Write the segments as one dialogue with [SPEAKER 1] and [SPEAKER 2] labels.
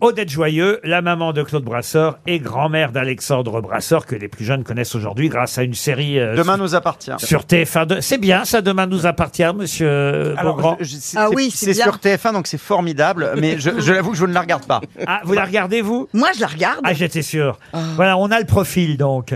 [SPEAKER 1] Odette Joyeux, la maman de Claude Brasseur et grand-mère d'Alexandre Brasseur, que les plus jeunes connaissent aujourd'hui grâce à une série euh,
[SPEAKER 2] Demain nous appartient.
[SPEAKER 1] sur, sur TF1. De- C'est bien, ça, Demain nous appartient, monsieur euh, Beaugrand.
[SPEAKER 2] je- je- c'est-
[SPEAKER 3] Ah
[SPEAKER 2] c'est-
[SPEAKER 3] oui, c'est
[SPEAKER 2] c'est
[SPEAKER 3] bien.
[SPEAKER 2] sur TF1, donc c'est formidable, mais je, je l'avoue que je ne la regarde pas.
[SPEAKER 1] Ah, vous la regardez, vous
[SPEAKER 3] Moi, je la regarde.
[SPEAKER 1] Ah, j'étais sûr. Voilà, on a le profil, donc.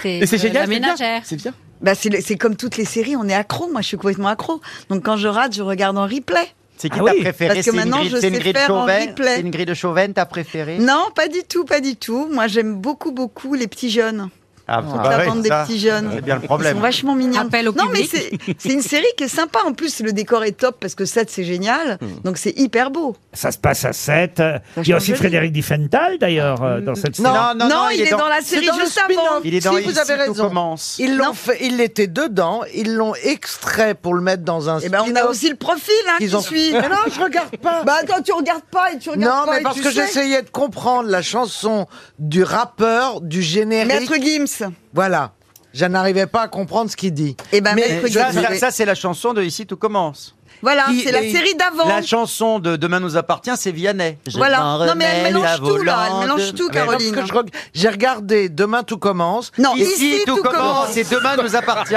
[SPEAKER 4] C'est euh, la ménagère.
[SPEAKER 2] C'est bien.
[SPEAKER 3] Bah, c'est le- c'est comme toutes les séries, on est accro. Moi, je suis complètement accro. Donc, quand je rate, je regarde en replay.
[SPEAKER 2] C'est qui
[SPEAKER 1] Ah
[SPEAKER 2] ta
[SPEAKER 1] oui.
[SPEAKER 2] préférée
[SPEAKER 3] Parce que
[SPEAKER 2] C'est
[SPEAKER 3] maintenant,
[SPEAKER 2] Ingrid,
[SPEAKER 3] je
[SPEAKER 2] c'est
[SPEAKER 3] sais
[SPEAKER 2] Ingrid
[SPEAKER 3] faire en
[SPEAKER 2] Chauvin
[SPEAKER 3] replay.
[SPEAKER 2] C'est Ingrid Chauvin, ta préférée
[SPEAKER 3] Non, pas du tout, pas du tout. Moi, j'aime beaucoup, beaucoup les petits jeunes.
[SPEAKER 2] Ah,
[SPEAKER 3] Toute
[SPEAKER 2] bah
[SPEAKER 3] la
[SPEAKER 2] ouais,
[SPEAKER 3] bande des
[SPEAKER 2] ça,
[SPEAKER 3] petits jeunes.
[SPEAKER 2] C'est bien le
[SPEAKER 3] Ils
[SPEAKER 2] problème.
[SPEAKER 3] sont vachement mignons.
[SPEAKER 4] Appel au
[SPEAKER 3] non, mais
[SPEAKER 4] public.
[SPEAKER 3] c'est c'est une série qui est sympa. En plus, le décor est top parce que ça, c'est génial.
[SPEAKER 2] Hmm.
[SPEAKER 3] Donc, c'est hyper beau.
[SPEAKER 1] Ça se passe à 7. Il y a
[SPEAKER 3] change
[SPEAKER 1] aussi
[SPEAKER 3] de
[SPEAKER 1] Frédéric Diffenthal, d'ailleurs, euh, dans cette série.
[SPEAKER 3] Non, il, est dans, la série
[SPEAKER 5] dans le
[SPEAKER 3] juste avant.
[SPEAKER 2] Il est dans
[SPEAKER 5] si vous
[SPEAKER 2] Ici,
[SPEAKER 5] avez
[SPEAKER 2] tout
[SPEAKER 5] raison.
[SPEAKER 2] commence.
[SPEAKER 5] Ils
[SPEAKER 3] Non.
[SPEAKER 5] l'ont fait, il était dedans, ils l'ont extrait pour le mettre dans un
[SPEAKER 3] Et ben, on a
[SPEAKER 5] spin-off
[SPEAKER 3] aussi le profil hein,
[SPEAKER 5] qu'ils
[SPEAKER 3] qui
[SPEAKER 5] ont-
[SPEAKER 3] suit.
[SPEAKER 5] Mais non, je regarde pas.
[SPEAKER 3] Bah attends, tu regardes pas et tu regardes
[SPEAKER 5] non,
[SPEAKER 3] pas
[SPEAKER 5] mais
[SPEAKER 3] et
[SPEAKER 5] parce
[SPEAKER 3] tu
[SPEAKER 5] que
[SPEAKER 3] sais.
[SPEAKER 5] j'essayais de comprendre la chanson du rappeur, du générique.
[SPEAKER 3] Maître Gims.
[SPEAKER 5] Voilà. Je n'arrivais pas à comprendre ce qu'il dit.
[SPEAKER 3] Eh ben,
[SPEAKER 5] Mais
[SPEAKER 3] Maître
[SPEAKER 5] je-
[SPEAKER 2] Ça,
[SPEAKER 3] Gims.
[SPEAKER 2] ça- ça, c'est la chanson de Ici tout commence.
[SPEAKER 3] Voilà,
[SPEAKER 2] Qui
[SPEAKER 3] Ah, c'est la
[SPEAKER 2] est-
[SPEAKER 3] série d'avant.
[SPEAKER 2] La chanson de Demain nous appartient, c'est Vianney. Je
[SPEAKER 3] Voilà.
[SPEAKER 2] m'en
[SPEAKER 3] Non, mais elle
[SPEAKER 2] remets
[SPEAKER 3] mélange
[SPEAKER 2] la
[SPEAKER 3] tout, là. Elle
[SPEAKER 2] volante.
[SPEAKER 3] mélange tout,
[SPEAKER 2] Mais
[SPEAKER 3] Caroline. hein.
[SPEAKER 5] Parce que je reg- J'ai regardé Demain tout commence.
[SPEAKER 3] Non,
[SPEAKER 2] Ici, tout, commence, et Demain nous appartient.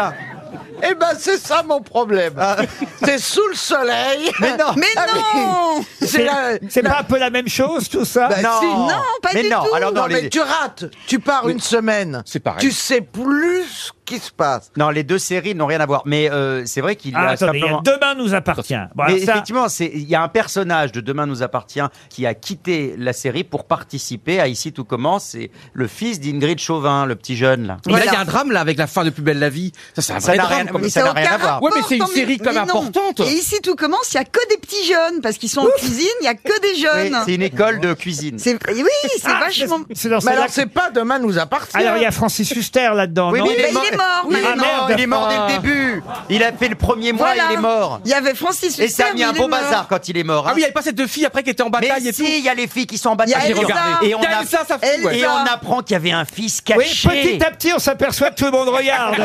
[SPEAKER 5] Eh ben, c'est ça mon problème. C'est sous le soleil.
[SPEAKER 2] Mais non.
[SPEAKER 3] Mais
[SPEAKER 5] Ah, mais-
[SPEAKER 3] non
[SPEAKER 5] C'est la-
[SPEAKER 1] C'est pas un peu la même chose, tout ça
[SPEAKER 5] Bah,
[SPEAKER 2] non,
[SPEAKER 5] si, non,
[SPEAKER 3] Euh, pas
[SPEAKER 2] mais
[SPEAKER 3] du
[SPEAKER 2] non.
[SPEAKER 3] tout.
[SPEAKER 2] Alors, dans
[SPEAKER 5] Oh, non,
[SPEAKER 2] les...
[SPEAKER 5] mais tu rates. Tu pars une semaine.
[SPEAKER 6] C'est pareil.
[SPEAKER 5] Tu sais plus ce qui se passe.
[SPEAKER 2] non, les deux séries n'ont rien à voir. Mais euh, c'est vrai qu'il y a
[SPEAKER 1] Ah, attendez, il y a
[SPEAKER 2] simplement...
[SPEAKER 1] Demain nous appartient. Bon, alors
[SPEAKER 2] Mais
[SPEAKER 1] ça,
[SPEAKER 2] effectivement, c'est- il y a un personnage de Demain nous appartient qui a quitté la série pour participer à Ici tout commence. C'est le fils d'Ingrid Chauvin, le petit jeune là.
[SPEAKER 6] Mais là, il y a un drame, là, avec la fin de Plus belle la vie. Ça, c'est un
[SPEAKER 2] Ça
[SPEAKER 6] vrai
[SPEAKER 2] n'a
[SPEAKER 6] drame.
[SPEAKER 2] rien-
[SPEAKER 6] quand
[SPEAKER 2] mais
[SPEAKER 6] même.
[SPEAKER 2] ça n'a
[SPEAKER 3] aucun
[SPEAKER 2] rien à voir.
[SPEAKER 6] Ouais, mais c'est une
[SPEAKER 3] rapport,
[SPEAKER 6] série quand même
[SPEAKER 3] mais non.
[SPEAKER 6] importante.
[SPEAKER 3] Et ici tout commence, il y a que des petits jeunes parce qu'ils sont en cuisine, il y a que des
[SPEAKER 2] Oui,
[SPEAKER 3] jeunes.
[SPEAKER 2] c'est une école de cuisine.
[SPEAKER 3] C'est oui, c'est
[SPEAKER 1] Ah,
[SPEAKER 3] vachement.
[SPEAKER 1] c'est- c'est dans
[SPEAKER 5] Mais
[SPEAKER 1] celle-là
[SPEAKER 5] alors,
[SPEAKER 1] que-
[SPEAKER 5] c'est pas Demain nous appartient.
[SPEAKER 1] Alors, il y a Francis Huster là-dedans,
[SPEAKER 2] Oui,
[SPEAKER 1] non
[SPEAKER 2] mais
[SPEAKER 3] Bah, il est mort.
[SPEAKER 2] Oui,
[SPEAKER 1] Ah,
[SPEAKER 2] non,
[SPEAKER 1] merde. Ah.
[SPEAKER 2] il est mort dès le début. Il a fait le premier mois,
[SPEAKER 3] Voilà.
[SPEAKER 2] il est mort.
[SPEAKER 3] Il y avait Francis
[SPEAKER 2] Et ça a
[SPEAKER 3] Huster,
[SPEAKER 2] mis un
[SPEAKER 3] mais il
[SPEAKER 2] beau
[SPEAKER 3] est mort.
[SPEAKER 2] bazar quand il est mort.
[SPEAKER 6] Ah
[SPEAKER 2] hein.
[SPEAKER 6] oui, il y avait pas cette deux filles après qui étaient en bataille
[SPEAKER 2] mais
[SPEAKER 6] et tout.
[SPEAKER 2] si, il y a les filles qui sont en
[SPEAKER 3] Il y a
[SPEAKER 2] bataille.
[SPEAKER 6] J'ai regardé.
[SPEAKER 2] Et on
[SPEAKER 6] Il y a
[SPEAKER 2] a,
[SPEAKER 6] eu ça, ça fout, ouais.
[SPEAKER 2] et on apprend qu'il y avait un fils caché.
[SPEAKER 1] Oui, petit à petit, on s'aperçoit que tout le monde regarde.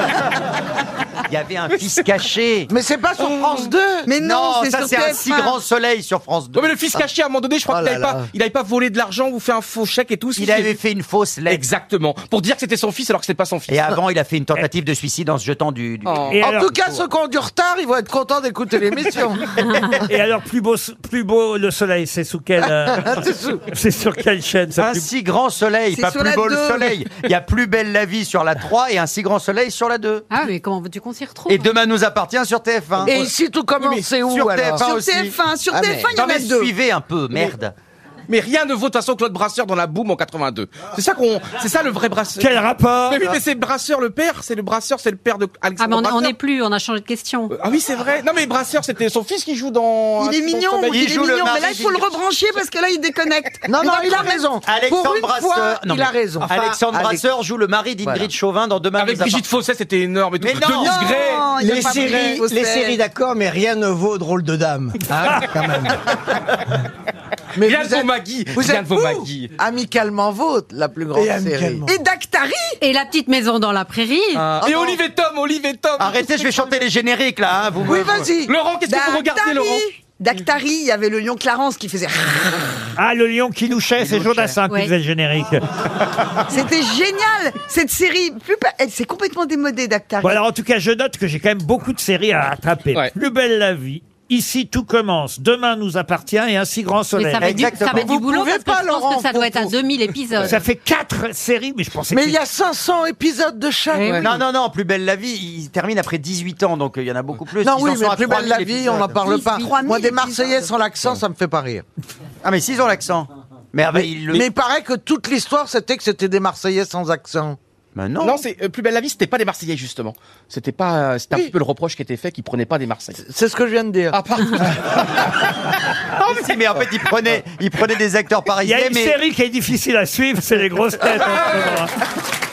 [SPEAKER 2] Il y avait un fils caché.
[SPEAKER 5] Mais c'est pas sur France 2.
[SPEAKER 3] Mais non, c'est
[SPEAKER 2] ça
[SPEAKER 3] sur
[SPEAKER 2] c'est un
[SPEAKER 3] TF1.
[SPEAKER 2] si grand soleil sur France 2.
[SPEAKER 6] Non, mais le fils caché, à un moment donné, je crois
[SPEAKER 5] Oh
[SPEAKER 6] qu'il
[SPEAKER 5] là
[SPEAKER 6] avait
[SPEAKER 5] là.
[SPEAKER 6] pas, il avait pas volé de l'argent ou fait un faux chèque et tout. si
[SPEAKER 2] Il
[SPEAKER 6] c'est-
[SPEAKER 2] avait fait une fausse lettre.
[SPEAKER 6] Exactement. Pour dire que c'était son fils alors que c'était pas son fils.
[SPEAKER 2] Et avant, il a fait une tentative de suicide en se jetant du. du-
[SPEAKER 6] Oh.
[SPEAKER 1] Et
[SPEAKER 5] en
[SPEAKER 1] alors-
[SPEAKER 5] tout cas, ceux qui ont du retard, ils vont être contents d'écouter l'émission.
[SPEAKER 1] Et alors, plus beau, plus beau le soleil, c'est sous quelle, euh,
[SPEAKER 5] Hein, C'est sous-
[SPEAKER 1] c'est sur quelle chaîne ça
[SPEAKER 2] Un
[SPEAKER 1] plus-
[SPEAKER 2] si grand soleil,
[SPEAKER 3] C'est
[SPEAKER 2] pas
[SPEAKER 3] sur
[SPEAKER 2] plus
[SPEAKER 3] la
[SPEAKER 2] beau le
[SPEAKER 3] deux.
[SPEAKER 2] soleil. Il y a plus belle la vie sur la 3 et un si grand soleil sur la 2.
[SPEAKER 4] Ah, mais comment veux-tu qu'on s'y retrouve
[SPEAKER 2] Et demain nous appartient sur TF1.
[SPEAKER 5] Et ici, tout commence, c'est où
[SPEAKER 2] sur
[SPEAKER 5] alors
[SPEAKER 2] TF1
[SPEAKER 3] Sur
[SPEAKER 2] aussi.
[SPEAKER 3] TF1, sur
[SPEAKER 5] Ah, mais-
[SPEAKER 3] TF1, il y
[SPEAKER 2] Non
[SPEAKER 3] en a
[SPEAKER 2] mais
[SPEAKER 3] deux.
[SPEAKER 2] suivez un peu, merde.
[SPEAKER 6] Mais rien ne vaut de toute façon Claude Brasseur dans la boum en 82. C'est ça qu'on, c'est ça le vrai Brasseur.
[SPEAKER 1] Quel rapport
[SPEAKER 6] Mais oui, mais c'est Brasseur le père, c'est le Brasseur, c'est le père de
[SPEAKER 4] Ah, mais
[SPEAKER 6] Alexandre
[SPEAKER 4] on- on
[SPEAKER 6] Brasseur.
[SPEAKER 4] n'est plus, on a changé de question.
[SPEAKER 6] Ah oui, c'est vrai. Non mais Brasseur, c'était son fils qui joue dans.
[SPEAKER 3] Il est
[SPEAKER 6] dans
[SPEAKER 3] mignon,
[SPEAKER 6] Sommeil.
[SPEAKER 3] il, est
[SPEAKER 2] joue le
[SPEAKER 3] mignon, mais là
[SPEAKER 2] mari
[SPEAKER 3] il faut le
[SPEAKER 2] d'Ingrid.
[SPEAKER 3] rebrancher parce que là il déconnecte.
[SPEAKER 5] Non,
[SPEAKER 3] Mais
[SPEAKER 5] non,
[SPEAKER 3] dans le
[SPEAKER 5] il a
[SPEAKER 3] problème-
[SPEAKER 5] raison.
[SPEAKER 2] Alexandre
[SPEAKER 5] Pour une
[SPEAKER 2] Brasseur,
[SPEAKER 5] fois,
[SPEAKER 2] non,
[SPEAKER 5] il
[SPEAKER 2] mais-
[SPEAKER 5] a raison.
[SPEAKER 2] Alexandre
[SPEAKER 5] Alex-
[SPEAKER 2] Brasseur joue le mari d'Ingrid
[SPEAKER 5] Voilà.
[SPEAKER 2] Chauvin dans Demain
[SPEAKER 6] Avec
[SPEAKER 2] nous
[SPEAKER 6] Brigitte
[SPEAKER 2] appartient.
[SPEAKER 6] Fausset, c'était énorme et tout.
[SPEAKER 2] Mais non,
[SPEAKER 6] Denise
[SPEAKER 2] non.
[SPEAKER 6] Gray.
[SPEAKER 3] Non, il y a
[SPEAKER 7] Les
[SPEAKER 3] pas de
[SPEAKER 7] séries,
[SPEAKER 3] Fausset.
[SPEAKER 7] les séries d'accord, mais rien ne vaut drôle de dame. Hein, quand même.
[SPEAKER 5] Mais
[SPEAKER 6] Yann
[SPEAKER 5] vous êtes-
[SPEAKER 6] Vomagui.
[SPEAKER 5] Vous
[SPEAKER 6] Yann
[SPEAKER 5] êtes
[SPEAKER 6] Vomagui.
[SPEAKER 5] fous. Amicalement vôtre, la plus grande
[SPEAKER 7] Et
[SPEAKER 5] série.
[SPEAKER 7] amicalement.
[SPEAKER 3] Et Dactari
[SPEAKER 4] Et la petite maison dans la prairie
[SPEAKER 6] Ah, et Olive et Tom, Olive et Tom.
[SPEAKER 2] Arrêtez, je vais chanter les génériques là. hein, vous
[SPEAKER 5] Oui,
[SPEAKER 2] me-
[SPEAKER 5] vas-y.
[SPEAKER 6] Laurent, qu'est-ce que vous regardez, Laurent
[SPEAKER 3] Dactari, il y avait le lion Clarence qui faisait.
[SPEAKER 1] Ah, le lion qui louchait, c'est Jodassin qui
[SPEAKER 4] Ouais.
[SPEAKER 1] faisait le générique.
[SPEAKER 3] C'était génial cette série. Plus pa- elle s'est complètement démodée Dactari.
[SPEAKER 1] Bon, alors en tout cas, je note que j'ai quand même beaucoup de séries à attraper.
[SPEAKER 6] Ouais.
[SPEAKER 1] Plus belle la vie. Ici, tout commence. Demain nous appartient et un si grand
[SPEAKER 4] Mais
[SPEAKER 1] soleil.
[SPEAKER 4] ça va être du, ça
[SPEAKER 2] Exactement.
[SPEAKER 4] va être du
[SPEAKER 5] Vous
[SPEAKER 4] boulot
[SPEAKER 5] pouvez
[SPEAKER 4] parce que
[SPEAKER 5] pas,
[SPEAKER 4] je pense
[SPEAKER 5] Laurent,
[SPEAKER 4] que ça doit
[SPEAKER 5] faut-
[SPEAKER 4] être à
[SPEAKER 5] faut-
[SPEAKER 4] 2000 épisodes.
[SPEAKER 1] Ça fait quatre séries, mais je pensais
[SPEAKER 5] Mais
[SPEAKER 1] que
[SPEAKER 5] il y a 500 épisodes de chaque.
[SPEAKER 4] Eh oui.
[SPEAKER 2] Non, non, non, plus belle la vie, il termine après 18 ans, donc euh, il y en a beaucoup plus.
[SPEAKER 5] Non,
[SPEAKER 2] Ils
[SPEAKER 5] oui,
[SPEAKER 2] en sont
[SPEAKER 5] mais
[SPEAKER 2] à
[SPEAKER 5] plus belle la
[SPEAKER 2] 3000
[SPEAKER 5] vie, on n'en
[SPEAKER 2] épisodes.
[SPEAKER 5] parle pas.
[SPEAKER 3] 18
[SPEAKER 5] Moi, des
[SPEAKER 3] épisodes.
[SPEAKER 5] Marseillais sans l'accent, ça me fait pas rire.
[SPEAKER 2] Ah, mais s'ils ont l'accent. Mais, ah, bah, ils le-
[SPEAKER 5] Mais il paraît que toute l'histoire, c'était que c'était des Marseillais sans accent.
[SPEAKER 2] Bah,
[SPEAKER 6] Non,
[SPEAKER 2] non.
[SPEAKER 6] c'est euh, plus belle la vie. C'était pas des Marseillais justement. C'était pas. euh, C'était un
[SPEAKER 5] Oui.
[SPEAKER 6] petit peu le reproche qui était fait qu'ils prenaient pas des Marseillais.
[SPEAKER 5] C'est ce que je viens de dire.
[SPEAKER 6] Ah pardon.
[SPEAKER 2] Ah, mais si, mais en fait, ils prenaient, ils prenaient des acteurs
[SPEAKER 1] Il y
[SPEAKER 2] parisiens,
[SPEAKER 1] a une
[SPEAKER 2] mais
[SPEAKER 1] série qui est difficile à suivre, hein, c'est les grosses têtes. en ce moment.